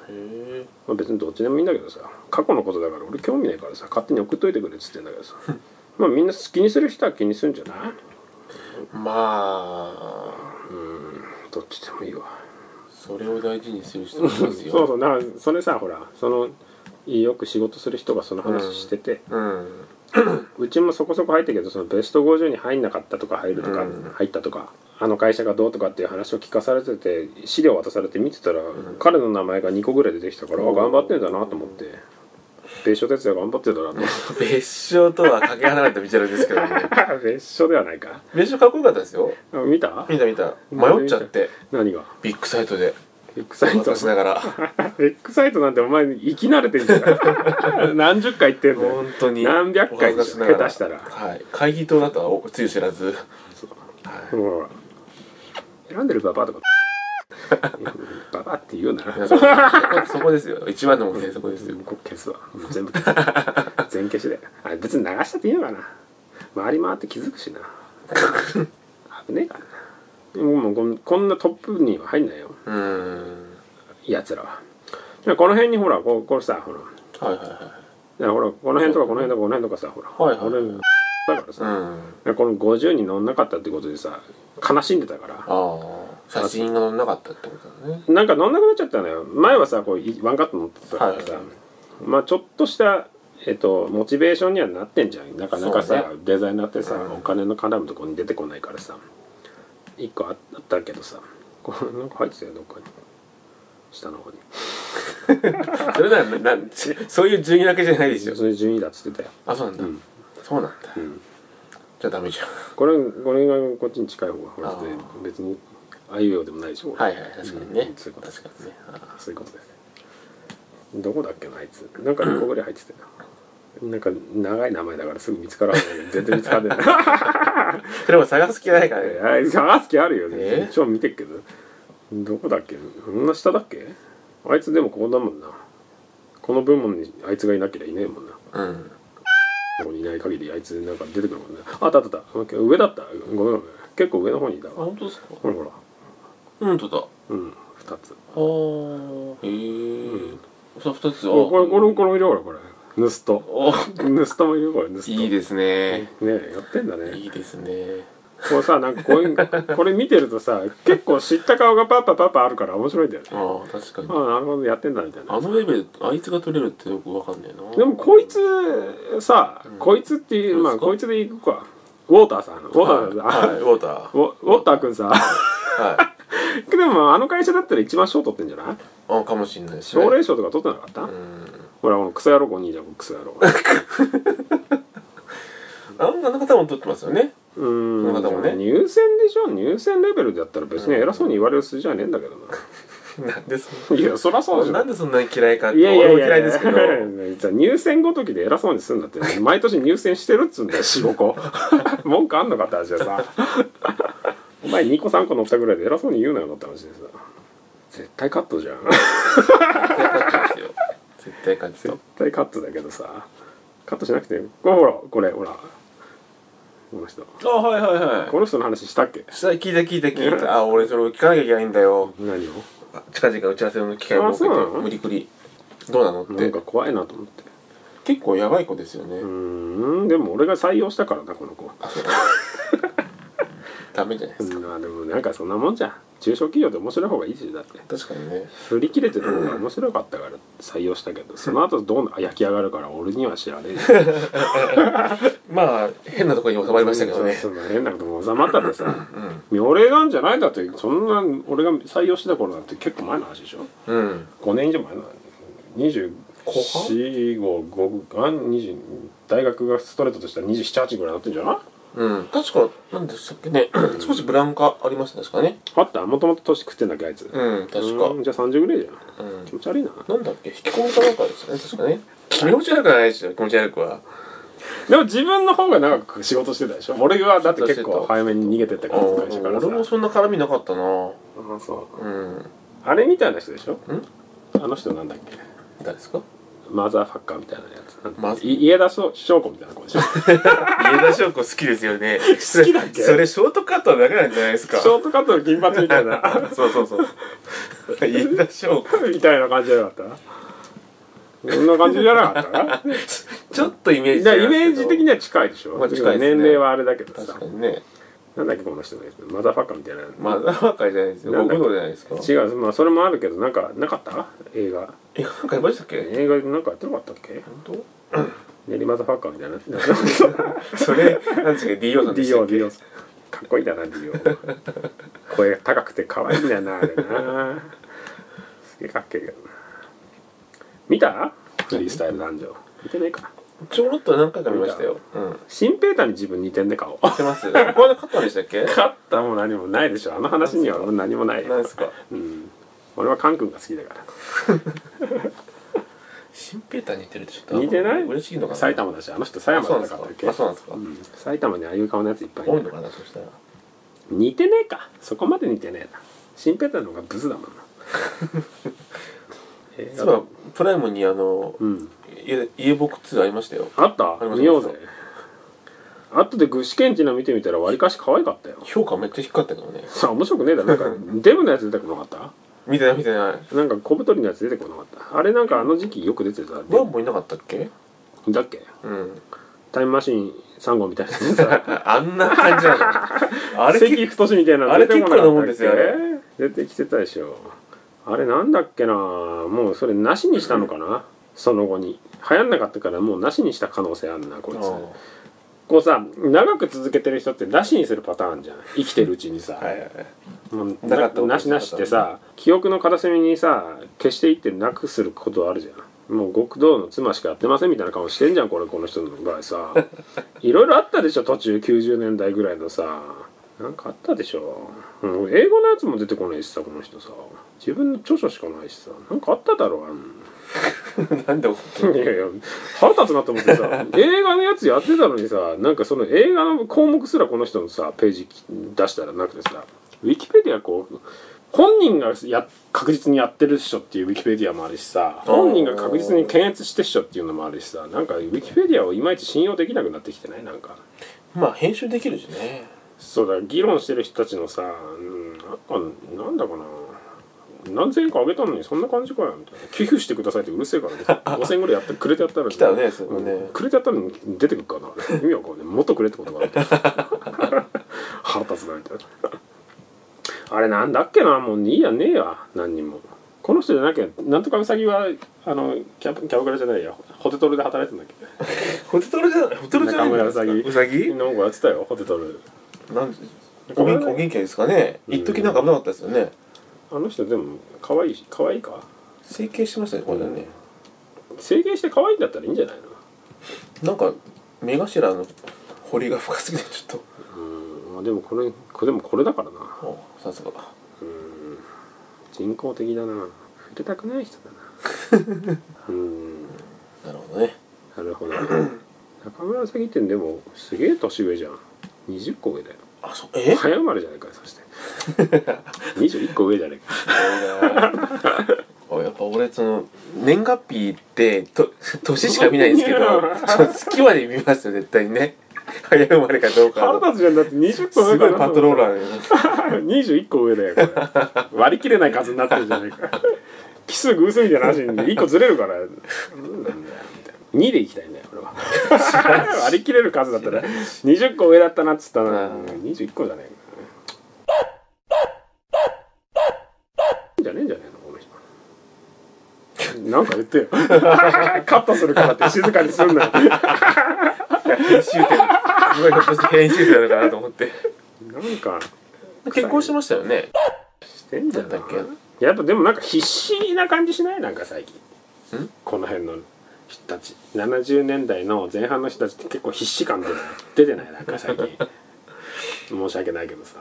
え
まあ、別にどっちでもいいんだけどさ過去のことだから俺興味ないからさ勝手に送っといてくれっつってんだけどさ まあみんな気にする人は気にするんじゃない
まあ
どっちでもいいわ
それを大事にする人もい ますよ
そうそうだからそれさほらそのよく仕事する人がその話してて、
うん
うちもそこそこ入ったけどそのベスト50に入んなかったとか入るとか、
うん
入ったとかあの会社がどうとかっていう話を聞かされてて資料渡されて見てたら、彼の名前が2個ぐらい出てきたから、
うん
頑張ってんだなと思って別所哲也頑張ってたなと思っ
別所とはかけ離れた道なんですけどね
て 別所ではないか
別所かっこよかったですよ
あ見た
見た見た迷っちゃって
何が
ビッグサイトで
ビッグサイト
渡 しながら
ビッグサイトなんてお前生き慣れてるじゃん 何十回言ってんだよ
本当に
何百回でしょ
お恥ずかしなが
下手したら
はい会議棟だったらおつゆ知らず
でもほら選んでるババアとか ババアって言うなら
皆さんそ こそこですよ一番の目的そこですよ
全部こ消すわもう全部消す全消しであれ別に流したっていいのかな回り回って気づくしな危ねえからなもうもうこんこんなトップには入んないよ
うーん
やつらはでこの辺にほらこうこれさほら
はいはいはい
でほらこの辺とかこの辺とかこの辺とかさほら、
はいはい
俺だから
う
さ、
ん
でこの50に乗んなかったってことでさ悲しんでたから
ああ写真が載んなかったってことだね
なんか乗んなくなっちゃったのよ前はさこういワンカット乗ってたからさ、
はい
まあちょっとしたえっと、モチベーションにはなってんじゃんなかなかさ、
そうね
デザイナーってさ、
うん
お金の絡むとこに出てこないからさ一個あったけどさこれなんか入ってたよどっかに下の方に
それならななちそういう順位だけじゃないですよ
それ順位だっつってたよ
あそうなんだ、
うん
そうなんだ、
うん
じゃあダメじゃん
これこれがこっちに近い方がほら
あー
別にあいうようでもないでしょ、
はいはい確かに
う
ね
ん、そういうこと
確かにねあ
そういうことだよねどこだっけなあいつなんか2個ぐらい入ってたよななんか長い名前だからすぐ見つからない全然見つからない
ーそれも探す気ないからね
あいつ探す気あるよ
え
ね一応見てっけどどこだっけこんな下だっけあいつでもここだもんなこの部門にあいつがいなければいねえもんな
うん
ここにいない限りあいつなんか出てくるもんねああったあったあった上だったごめんごめん結構上の方にいたわ
当ですか
ほらほら
うんとだあ
うん2つ
あへえそう二つあ
おこれこれこれもいるよほらこれ盗人
お
盗人もいるよこれ盗人
いいですね
ねえやってんだね
いいですね
こうさなんかこういうこれ見てるとさ結構知った顔がパッパパッパあるから面白いんだよね
ああ確かに
ああなるほどやってんだみたいな
あのレベルあいつが取れるってよくわかんないな
でもこいつさこいつっていうまあ
ど
こ
う
いつでいくかウォーターさんウォ
はい
ーターさん、
はいウォーター
ウォウォーターくんさ
は
でもあの会社だったら一番賞取ってんじゃない
いあかもしんないですね
奨励賞とか取ってなかった、
うん
ほらこのクソ野郎5人じゃんクソ野郎
あんな方も取ってますよね
うーん
この方もね
入選でしょ入選レベルだったら別に偉そうに言われる筋じゃねえんだけどな、
なんでそ
いやそらそうじゃん
なんでそんなに嫌いかって
いやいやいや
俺も嫌いですけ ど
じゃあ入選ごときで偉そうにすんだって毎年入選してるっつうんだよ45個 文句あんのかって話でさお前2個3個乗ったぐらいで偉そうに言うなよって話でさ絶対カットじゃん
絶対勝つんですよ絶対勝つ
絶
と
対カットだけどさカットしなくてこれほらこれほらこの人
あはいはいは
この人の話したっけ
さあ聞いた聞いた聞いたあ俺それを聞かなきゃいけないんだよ
何を
近々打ち合わせの機会を設け
あそうなの
て無理くりどうなのっ
なん
て
か怖いなと思って
結構やばい子ですよね、
うーんでも俺が採用したからなこの子
あそうダメじゃないで
う
すか、
んまあでもなんかそんなもんじゃん中小企業って面白い方がいいしだって
確かにね
振り切れてる方が面白かったから採用したけどその後どうな焼き上がるから俺には知らねえよ
まあ変なところに収まりましたけどね
その変なことも収まったってさ
うん
妙齢なんじゃないんだってそんな俺が採用してた頃なんて結構前の話でしょ
うん
5年以上前の20
後
455
半
あ20大学がストレートとしたら278ぐらいになってんじゃない
うん確かなんでしたっ けね少しブランカありましたですかね
あったもともと年食ってんだっけあいつ
うん確か
うんじゃあ30ぐらいじゃん
うん
気持ち悪いな
なんだっけ引き込みかなんかですよね確かね気持ち悪くはないですよ気持ち悪くは
でも自分の方が長く仕事してたでしょ俺はだって結構早めに逃げてったから会社からさ
俺もそんな絡みなかったな
あそう
うん
あれみたいな人でしょ
ん
あの人なんだっけ
誰ですか
マザーファッカーみたいなやつ
マザ
い家田翔子みたいな子でしょ シ
家田翔子好きですよ ね
好きだっけ
それショートカットはだけなんじゃないですか
ョートカットの金 髪みたいな
そうそうそう家田翔子
みたいな感じじゃなかっそんな感じじゃなか った
ちょっとイメージ
いやイメージ的には近いでしょ、
まあ近いですね
年齢はあれだけどさ
確かにね
なんだっけこの人のやつマザファッカーみたいな、
まだ若いじゃないですよ
なんだ
僕のじゃないですか
違うまあそれもあるけどなんかなかった映画
えなんかやばいでしたっけ
映画なんかやってなかったっけ
本
練馬ザファッカーみたいな
当それなんですか DO さんでしたっけ
DO かっこいいだな DO 声が高くて可愛いんだよなあれなすげえかっけえけどな見たフリースタイル男女見てねえか
ちょろっと何回か見ましたようん
新平太に自分似てんね顔
知ってますこの間勝ったんでしたっけ
勝ったも何もないでしょあの話には俺も何もない
なん
よ
ですか
うん俺はカン君が好きだから
新平太似てるってちょっと
似てない
嬉しいのかな
埼玉だしあの人狭
あ
山
そ
じ
う
ゃ
なん
な
です
かったっけ
かあそうなんですか
うん埼玉にああいう顔のやついっぱいい
多い
る
のかなそしたら
似てねえかそこまで似てねえな新平太の方がブスだもんなえ
実はプライムにあの
うん
家家僕2ありましたよ
あった
りました
見ようぜ後で具志堅地の見てみたらわりかし可愛かったよ
評価めっちゃ低かったけどね
さあ面白くねえだ ろなんかデブのやつ出てこなかっ
見てない見てない
たなんか小太りのやつ出てこなかったあれなんかあの時期よく出てた
ボンボンいなかったっけ
だっけ
うん
タイムマシーン3号みたいなやつさ
ああんな感じな のあれ
関太志みたいなの出てこな
あれ結構な
か
も
っ
ん
た
で
っ
すよあれ
け出てきてたでしょあれなんだっけなもうそれなしにしたのかなその後に流行んなかったからもうなしにした可能性あるなこいつ
うん
こうさ長く続けてる人ってなしにするパターンじゃん生きてるうちにさ、
はいはいはい
もう
なか
な
ったこと
なしなしってさ記憶の片隅にさ消していってなくすることあるじゃんもう極道の妻しかやってませんみたいな顔してんじゃんこれこの人の場合 さいろいろあったでしょ途中90年代ぐらいのさなんかあったでしょ、うん、英語のやつも出てこないしさこの人さ自分の著書しかないしさなんかあっただろうあん
なんで怒って
いやいや腹立つなと思ってさ映画のやつやってたのにさなんかその映画の項目すらこの人のさページ出したらなくてさウィキペディアこう本人がや確実にやってるっしょっていうウィキペディアもあるしさ
おー
本人が確実に検閲してっしょっていうのもあるしさなんかウィキペディアをいまいち信用できなくなってきてないなんか
まあ編集できるしね
そうだ議論してる人たちのさ、うん、なんかなんだかな何千円かあげたのにそんな感じかよみたいな寄付してくださいってうるせえからね5000円ぐらいやってくれてやったら来
来たねそこね
くれてやったのに出てくるからな あれ意味わかんないもっとくれってことかなみ たいな腹立つなみたいなあれなんだっけなもういいやねえわ何にもこの人じゃなきゃなんとかうさぎはあのキャバキャバクラじゃないやホテトルで働いてんだっけ
ホテトルじゃないホテトルじゃな
中
い
村うさぎ
うさぎ
なんかやってたよホテトル
なんお元気お元気ですかね一時なんか危なかったですよね
あの人でも可愛いし可愛いか
整形してましたねこれね
整形して可愛いんだったらいいんじゃないの
なんか目頭の彫りが深すぎてちょっ
うんまあでもこれこれでもこれだからな
とあさすが
うん人工的だな触れたくない人だなうん
なるほどね
なるほど中村うさぎってでもすげえ年上じゃん20個上だよ
あそうえ
早生まれじゃないかよそして 21個上じゃないか
あやっぱ俺その年月日ってと 年しか見ないんですけどその月まで見ますよ絶対にね 早生まれかどうか
腹立つじゃんだって20個
す
上
ご
か
い
な
パトローラーね
21個上だよこれ割り切れない数になってるじゃないか 奇数偶数みたいな話に1個ずれるからうんなんだよみたいな2でいきたいんだよ俺は 割り切れる数だったら20個上だったなっつったら
うん
21個じゃねえかじゃねえんじゃねえのこの人なんか言ってよ カットするからって静かにすんなよ
編集点すごいひょっとして編集点なのかなと思って
なんか
結婚してましたよね
してんじゃな
だ
い
ったっ
やっぱでもなんか必死な感じしないなんか最近この辺の人たち70年代の前半の人たちって結構必死感出ない出てないなんか 最近申し訳ないけどさ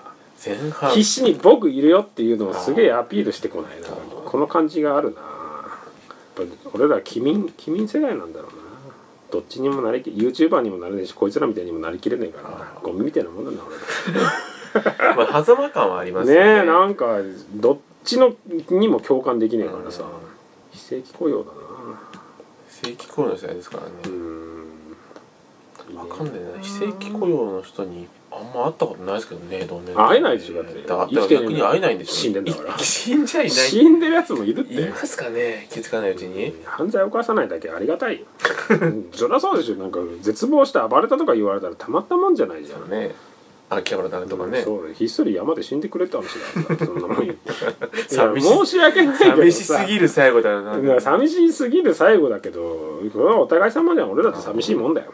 前半
必死に「僕いるよ」っていうのをすげえアピールしてこないなこの感じがあるなやっぱ俺ら機民機民世代なんだろうなどっちにもなりき YouTuber にもなれねえしこいつらみたいにもなりきれねえからなゴミみたいなもんなんだ俺ら
まあ狭間感はあります
ね
よね
えなんかどっちのにも共感できねえからさ
うん
非正規雇用だな
正規雇用の時代ですからね
うん
わかんないな非正規雇用の人にあんま会ったことないですけどね同年代
会えないでしょだって
だから
生きてる
逆に会えないんでしょ
死んでんだから
い死んじゃいない
死んでるやつもいるっ
い
て
ますかね気づかないうちに
犯罪を犯さないだけありがたいようんそりゃそうでしょなんか絶望して暴れたとか言われたらたまったもんじゃないじゃん
ね秋葉原誰とかね、
そうだよひっそり山で死んでくれって話だからそんなもん言って
寂
寂
し
申し訳ないけどさ
寂しすぎる最後だよな
だから寂しすぎる最後だけどこれはお互い様じゃん俺だって寂しいもんだよ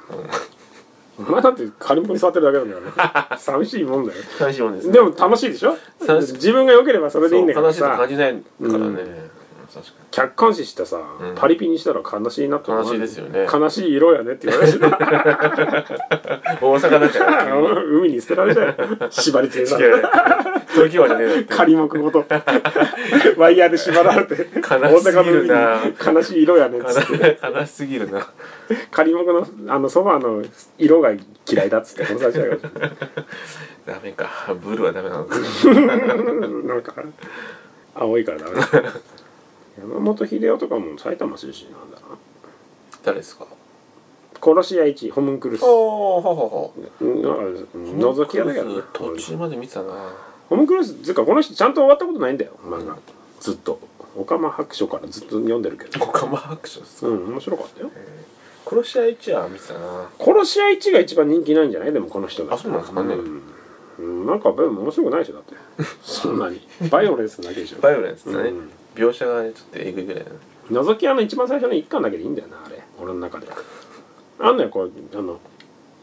お前だってカリンコに座ってるだけなんだからね寂しいもんだよ
寂しいもんですね
でも楽しいでしょ
楽しい
自分が良ければそれでいいんだけ
そう
ど
悲しいと感
さ
じないからね、
うん
確か
客観視してさ、
うん
パリピにしたら悲しいなって思わな
悲しいですよね
悲しい色やねって言 われるし
に大阪だから急に
海に捨てられちゃうよ縛り付けさ
いやいや時はね
仮木ごとワイヤーで縛られて大
悲しすぎる
阪
な
の海に悲しい色やねっつって
悲悲しすぎるな
仮木のあのソファーの色が嫌いだっつって殺されちゃうから
ダメかブルーはダメなのか
なんか青いからダメだ山本秀夫とかも埼玉出身なんだな
誰ですか
殺し屋一ホムンクルス
おおほほほ
うんなんか覗き屋だけどね
途中まで見てたな
ホムンクルスつうかこの人ちゃんと終わったことないんだよ漫画ずっと「オカマ白書」からずっと読んでるけど
オカマ白書ですか、
うん面白かったよ
殺し屋一夜見てたな
殺し屋一が一番人気ないんじゃないでもこの人が
あそうなんですかね
うんうんなんかでも面白くないでしょだってそんなにバイオレンスなだけでしょ
バイオレンスだね、
うん
描写がねちょっとえぐいぐらいな
覗き屋の一番最初の一巻だけでいいんだよなあれ俺の中であんのよこうあの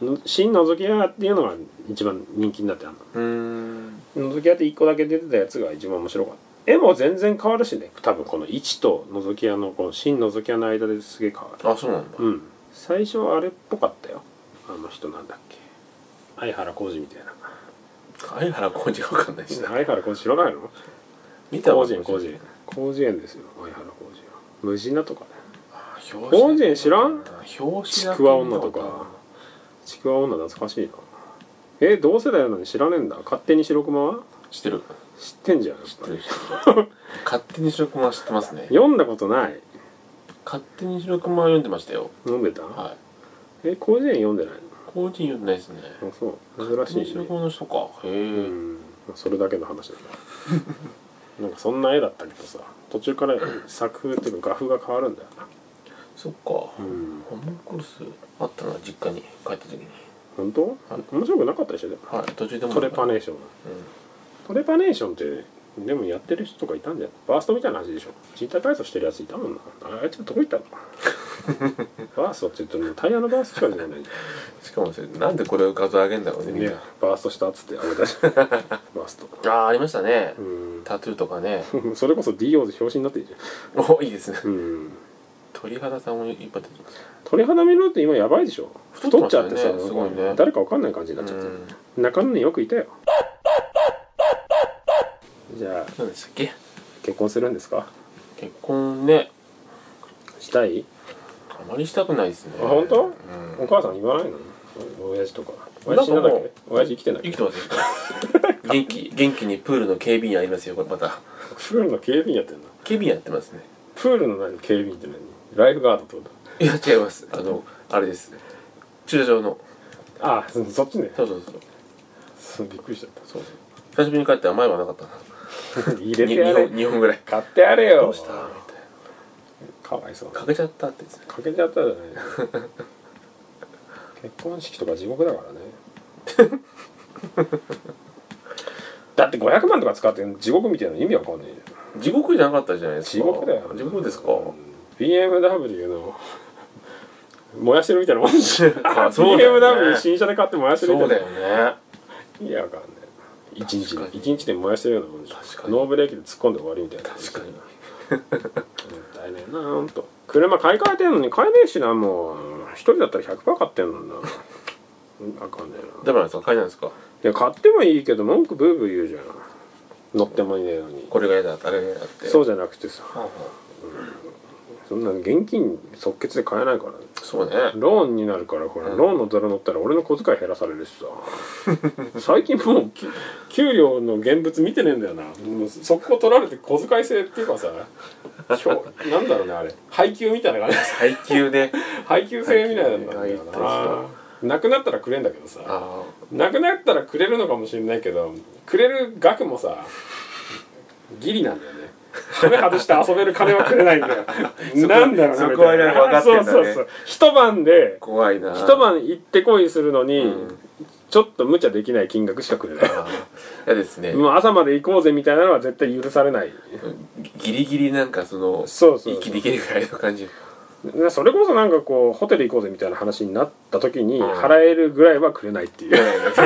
の新覗き屋っていうのが一番人気になってあん
うーん
の覗き屋って一個だけ出てたやつが一番面白かった絵も全然変わるしね多分この位置と覗き屋のこの新覗き屋の間ですげえ変わる
あそうなんだ
うん最初はあれっぽかったよあの人なんだっけ相原浩二みたいな
相原浩二が分かんないしな
相原浩二知らないの
見たわ
広辞苑広辞苑広辞苑ですよ相原浩二は無人なとかね
広
広辞苑知らん
表紙だけ見たことある
ちくわ女とかちくわ女懐かしいなえ同世代なのに知らねえんだ勝手に白熊は
知ってる
知ってんじゃんやっ
知っ
ぱ
てる
り
知ってる勝手に白熊は知ってますね
読んだことない
勝手に白熊は読んでましたよ
飲んでた
はい
え広辞苑読んでない
広辞苑読んでないですね
のあそう珍しい
白
ね
熊の人かへ
う
え
んまあそれだけの話だな なんかそんな絵だったけどさ途中から作風っていうか画風が変わるんだよな
そっか
うん
ホムンクルスあったな実家に帰った時に
本当面白くなかったでしょでも
はい途中でも
トレパネーショントレパネーションってでもやってる人とかいたんじゃないバーストみたいな話でしょ人体体操してるやついたもんなあいつどこ行 ったのバーストって言ってもタイヤのバーストしかじゃないじ
うんしかもそれなんでこれを画像上げんだろうね
ゃん
みん
ね
な
バーストしたっつってあげたし バースト
ああありましたね
う
タトゥーとかね
んそれこそ D オーズ表紙になってるじ
おいいですね
ゃんうん
鳥肌さんもいっぱい出てます
鳥肌見るって今やばいでしょ
太
太
って
っ
まし
ち
た
ゃ
ね
ってさ、
すごいね
誰かわかんない感じになっちゃって
うん
中野によくいたよじゃあ
何でしたっけ
結婚するんですか
結婚ね
したい
あまりしたくないですね
あ本当
うん
お母さん言わないの親父とか親父死んだんだっけ親父生きてない
生きてますよ 元気元気にプールの警備員ありますよこれまた
プールの警備員やってんの
警備員やってますね
プールの何警備員って何ライフガードってこ
いや違いますあのあれです駐車場の
とああそそっちね
そうそうそう
そうびっくりしちゃっ
そう久しぶりに帰ったら前はなかったな
た入れてやれ
2本二本ぐらい
買ってやれよ
どうしたみたい
かわいそう
な
か
かけちゃったってですね
けちゃ ったじゃないの結婚式とか地獄だからね だって500万とか使って地獄みたいなの意味わかんないじゃん
地獄じゃなかったじゃないですか
地獄だよ
地 獄ですか、
うん BMW の燃やしてるみたいなもんでしょ
あ そうだよね
BMW 新車で買って燃やしてるみ
そ
た
う
いな
だよね
意味わかんない一日
確か
で
に
一日で燃やしてるようなもんでしょ
確かに
ノーブレーキで突っ込んで終わりみたいな
確かに
もったいねえなほんと車買い替えてんのに買えねえしなもう一人だったら100%買ってんのになうんあかんねえな
ダメなんですか買えないんですか
いや買ってもいいけど文句ブーブー言うじゃん乗ってもいねえのに
これが嫌だあれが嫌だって
そううじゃなくてさ
そ
そんなの現金即決で買えないからね
うね
ローンになるからほら、
うん
ローンのザラ乗ったら俺の小遣い減らされるしさ最近もうき給料の現物見てねえんだよなもう速攻取られて小遣い制っていうかさひょなんだろうねあれ配給みたいな感じ
配給ね
配給制みたいなんだよ
配給
ななくなったらくれんだけどさ
あ
なくなったらくれるのかもしれないけどくれる額もさギリなんだよね羽外して遊べる金はくれないんだよなんだろうな
そこ
みたいな
そこはね分かってんだね
そうそうそう一晩で
ー怖いな
一晩行ってこいするのに、
うん
ちょっと無茶できない金額しかくれない
あー嫌ですね
もう朝まで行こうぜみたいなのは絶対許されない
ギリギリなんかその
そうそうそう
息できるぐらいの感じ
でそれこそなんかこうホテル行こうぜみたいな話になった時に
うん
払えるぐらいはくれないっていう、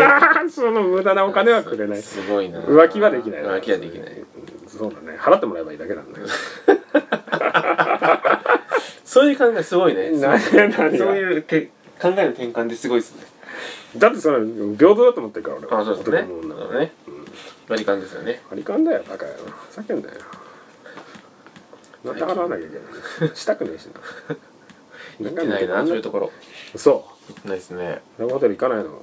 その無駄なお金はくれない
すごいな
浮気はできないな
浮気はできない
うんそうだね払ってもらえばいいだけなんだ けど
そういう考えすごいね
な 何
そう
が
いうて考えの転換ですごいですね
だってそれ平等だと思ってるから俺は
あそうですね
男も女も
そうね割り勘ですよね
割り勘だよバカよふざけんだよなんで払わなきゃいけないのしたくねえしな
行ってないなそういうところ
そ
行ってないですね
うホテル行かないの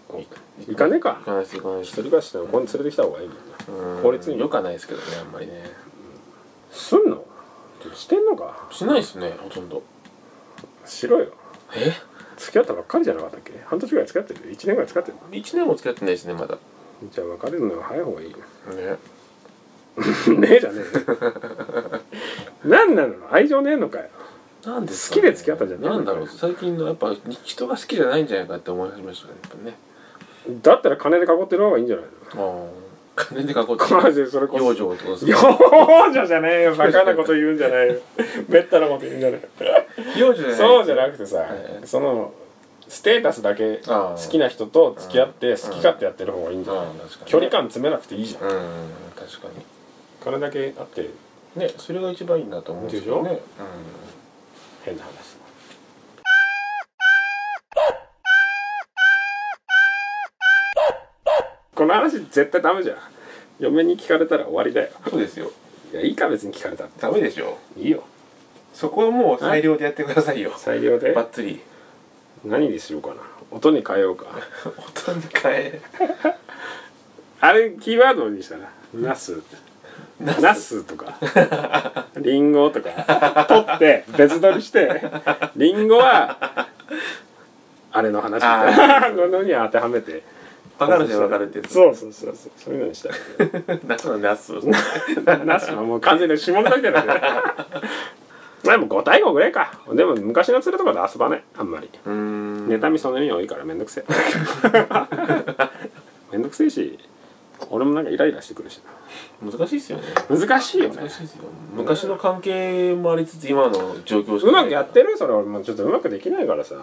行かねえか
行かないです行かないで
一
す
人暮らしでもここに連れてきた方がいいもんな
うん
法律に
よくはないですけどねあんまりね
すんのしてんのか
しないですねほとんど
しろよ
え
付き合ったばっかりじゃなかったっけ半年ぐらい付き合ってる1年ぐらい付き合ってる
一年も付き合ってないですねまだ
じゃあ別れるのが早い方がいいよ
ね
ねえじゃね えよなんなの愛情ねえのかよ
なんです
好きで付き合ったんじゃない
なんだろう最近のやっぱ人が好きじゃないんじゃないかって思い始めましたねやっぱね
だったら金で囲ってる方がいいんじゃないの
ああ金 で囲って
マジでそれこそ
養生ってことです
幼
か
女じゃねえよバカなこと言うんじゃないよめったなこと言うんじゃない
養生じゃない
そうじゃなくてさ
い
そのステータスだけ
あ
好
ー
きな人と付き合って好き勝手やってる方がいいんじゃない
あー確かに
距離感詰めなくていいじゃん
うん確か
金だけあって
にねそれが一番いいなと思うんですけどねう
変な話この話絶対ダメじゃん嫁に聞かれたら終わりだよ
んそうですよ
いやいいか別に聞かれたっ
ダメでしょ
ていいよ
そこはもう裁量でやってくださいよ
最良で
バッツ リ
何にしようかな音に変えようか
ほとんど変え
あれキーワードにしたらナスナスとかリンゴとか取って別撮りしてリンゴはあれの話みたいなのに当てはめて
分かるじゃん分かるってやつ
そうそうそうそうそういうのにしたら
ナスのナス
ナスはもう完全に下ネタみたいなでも5対5ぐらいかでも昔の連れとかで遊ばないあんまり
うん
妬みそのみ多いからめんどく せえめんどくせえし俺もなんかイライラしてくるし
難しいっすよね
な難しいよね
難しいっすよ昔の関係もありつつ今の状況し
う
かな
ま
い
くやってるそれ俺もちょっとうまくできないからさ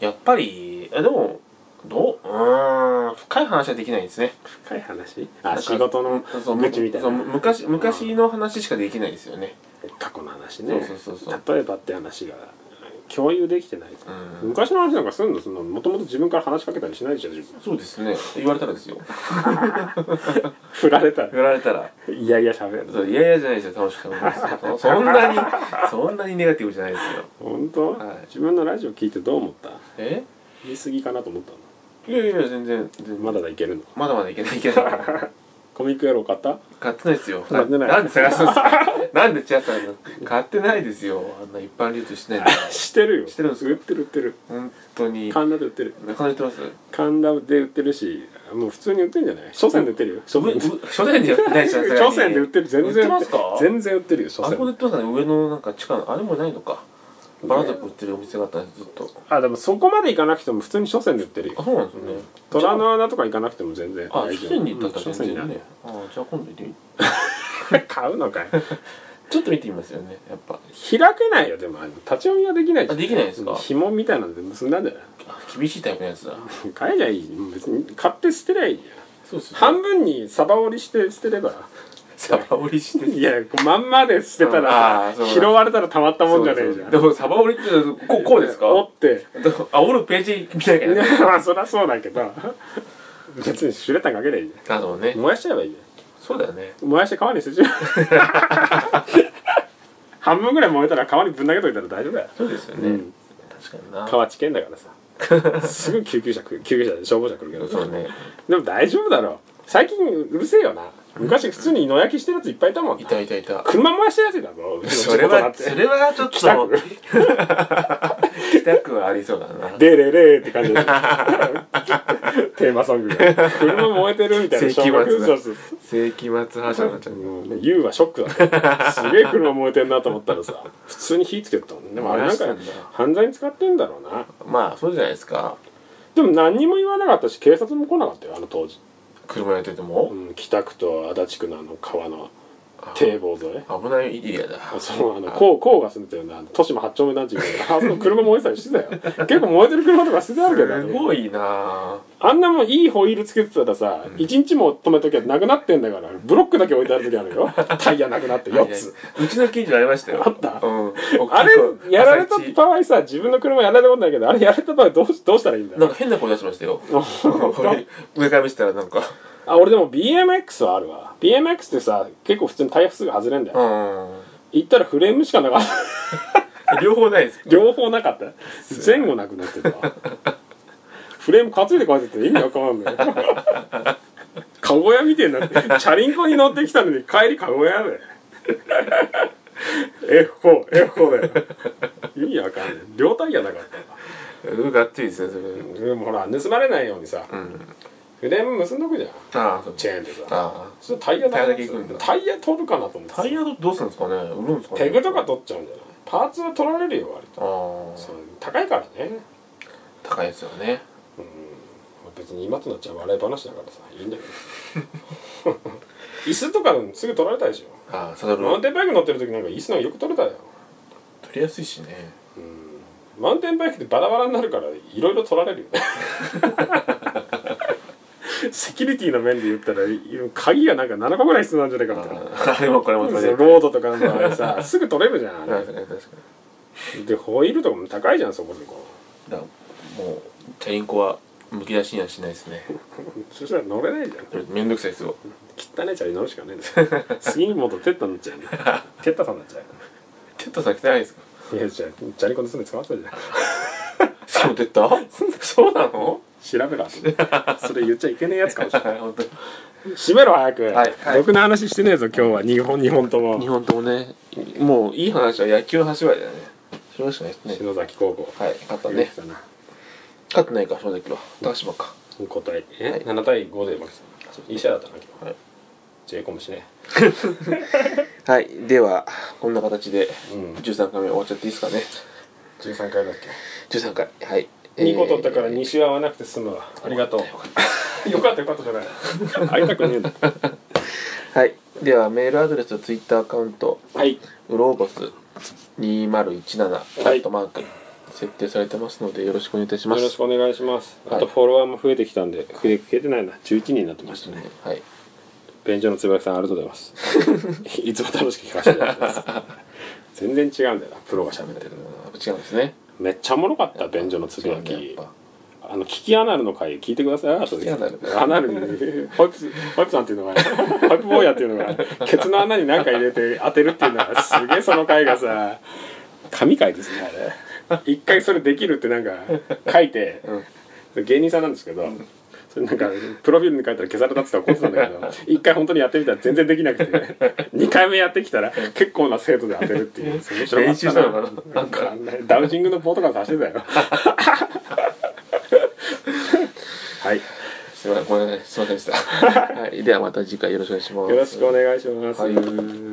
やっぱりえでもどううーん深い話はできないですね
深い話あ仕事の
そう
愚痴みたい
そう
な
昔昔の話しかできないですよね
過去の話ね
そうそうそう
例えばって話が共有できてないさ
うん
昔の話なんかすんのそんなもともと自分から話しかけたりしないじゃん自分
そうですね言われたらですよ
振られたら
言われたら
いやいや喋る
そういやいやじゃないですよ楽しかったですよそんなにそんなにネガティブじゃないですよ
本当、
はい
自分のラジオ聞いてどう思った
え
言い過ぎかなと思ったの
いやいや全然全然
まだだいけるの
まだまだいけないいけ ない
コミック野郎買 った
買ってないですよ
買ってない
なんで探すんですかなんでチアさんの買ってないですよあんな一般流通してないんだから
してるよ
してるんですか
売ってる売ってる
本当に
神田で売ってる
中野言ってます
神田で売ってるしもう普通に売ってるんじゃない書店で売ってるよ書店で
書店でやってないじゃん
書店で売ってる全然
売ってますか
全然売ってるよ書
あそこで
店
売ってますかね上のなんか地下のあれもないのかバラザップ売ってるお店があったんですずっと
あでもそこまで行かなくても普通に書店で売ってる
あ
よ
そうなんですね
虎の穴とか行かなくても全然
あ
大丈
書
夫
店に行った
う
ら
ん
全
書
然
店
ねあじゃあ今度行ってみ
に 買うのかよ
ちょっと見てみますよねやっぱ
開けないよでもあの立ち読みはできないじゃん
あできないですか
紐みたいなので結んだんじゃない
あ厳しいタイプのやつだ
買えりゃいいもう別に買って捨てりゃいいじゃん
そうですね
半分にサバ折りして捨てれば
サバ折りして
いやまんまで捨てた
あ
ら
ー
さ
そうだ
拾われたらたまったもんじゃねえじゃん
でもサバ折りってこうこうですか
折って
あ折るページ見なきゃ
い
ね
やまあそりゃそうだけど別にシュレッダーかけりゃいいじ
あの
ゃ
ね
ん燃やしちゃえばいいじ
そうだよね
ゃん燃やして川に捨てちゃ う半分ぐらい燃えたら川にぶん投げといたら大丈夫だよ、
そうですよ
う
ね
ん、
確かにな
川知見だからさすぐ救急車来る救急車で消防車来るけど
そうね
でも大丈夫だろ最近うるせえよな昔普通に野焼きしてるやついっぱいいたもん
い
な
たいたいた
車回してるやつだぞうちの
それは
仕事
そ
だ
れはちょっと北区はありそうだな
デレレーって 感じだよテーマソングが車燃えてるみたいな
世紀末だ
そうそう
世紀末覇者になっちゃう
もうね、ユウはショックだったよすげえ車燃えてんなと思ったらさ普通に火つけてたもんねでもあれなんか
燃やしてんだ
犯罪に使ってんだろうな
まあそうじゃないですか
でも何にも言わなかったし警察も来なかったよあの当時、
車やってても
うん、北区と足立区のあの川の堤防沿い
危ないエリアだ
あそうあのこうこうが住んでたようなあの豊島八丁目団地みたいなあそこ車燃えてたりしてた よ結構燃えてる車とか捨ててあるけど
す
ね
ごいな
あんなもんいいホイールつけてたらさ、一日も止めときゃなくなってんだからブロックだけ置いてある時あるよ タイヤなくなって4つ
うちの近所ありましたよ
あった
うん
あれやられた
朝一
場合さ自分の車やられたことないけどあれやられた場合どうしどうしたらいいんだ
な
ろ
ん
う
か変な声出しましたよ俺 上から見せたらなんか
あ俺でも BMX はあるわ BMX ってさ結構普通にタイヤすぐ外れんだよ、
うん
行ったらフレームしかなかった
両方ないです
両方なかった前後なくなってたわフレーム担いでこうやってて意味わかんないよカゴ屋みてえになってチャリンコに乗ってきたのに帰りカゴ屋だよ F4F4 だよ意味わかんない両タイヤなかったわ
うんがっつりですねそれ
でもほら盗まれないようにさ、
ん
フレーム結んどくじゃん
ああそっち
チェーンでさ
ああ
それタイヤ
タイヤ
だ
だけ行くんだ
タイヤ取るかなと思ってさ
タイヤどどうするんですかね売るんですかね
ペグとか取っちゃうんじゃないパーツは取られるよ割と
ああ
そう高いからね
高いですよね
うん別に今となっちゃ笑い話だからさいいんだけど 椅子とかすぐ取られたでしょ
ああサドル
マウ
は
ンテンバイク乗ってる時なんか椅子なんかよく取れたよ
取りやすいしね
うんマウンテンバイクってバラバラになるからいろいろ取られるよね セキュリティの面で言ったら鍵がなんか7個ぐらい必要なんじゃないかみたいな
あれもこれも
ロ
取れる
ードとかの場合 さすぐ取れるじゃんあ
確
れ
かに確かに
でホイールとかも高いじゃんそこそこ
だからもうチャリンコはむき出しにはしないですね
そしたら乗れないじゃん
これめんどくさいですよ
汚ねチャリ乗るしかねえんだよ 杉本テッタになっ ちゃうねテッタさんになっちゃう
テッドさん汚いですか
いやじゃあチャリコンで住んで捕まったじゃん
そうテッド そうな の
調べろ後でそれ言っちゃいけねえやつかもしれない
本当に
閉めろ早く、
はいはい
僕の話してねえぞ今日は2本2本とも
日本ともねもういい話は野球の話ぐらいだよねそれしかないですね
篠崎高校
はい勝った
言っ
ね
てたな
勝ってないか正直は高島か
5対え、
はい
7対5で負けたいい試合だったな今日、
はい
J コムしね
はいではこんな形で
うん
13回目終わっちゃっていいですかね
13回だっけ
13回はい
2個取ったから
えー
2周合わなくて済むわありがとうよかったよかったじゃない会いたくねえんだ
はいではメールアドレスとツイッターアカウント
はい
ウローボス2017ア
い
ットマーク設定されてますのでよろしくお願いいたします
よろしくお願いします、
はい
あとフォロワーも増えてきたんで増え増えてないな11人になってましたね
はい
便所のつばきさんありがとうございますいつも楽しく聞かせていただきます全然違うんだよなプロが喋ってる
違うんですね
めっちゃおもろかった便所のつぶや
やっ
き
ぱ
あの聞きアナルの回聞いてください後で
聞きアナル
アナルに ホイップホイップさんっていうのがホイップ坊やっていうの がケツの穴に何か入れて当てるっていうのがすげえその回がさ神回ですねあれ一回それできるってなんか書いて、芸人さんなんですけど、それなんかプロフィールに書いたら消されたって言ったら怒ってたんだけど一回本当にやってみたら全然できなくて2回目やってきたら結構な精度で当てるっていう面白か
練習したのかな
なんかダウジングの棒とかさしてた よはい
すみません、これね、すみませんでした。はい、ではまた次回よろしくお願いします。
よろしくお願いします、
はい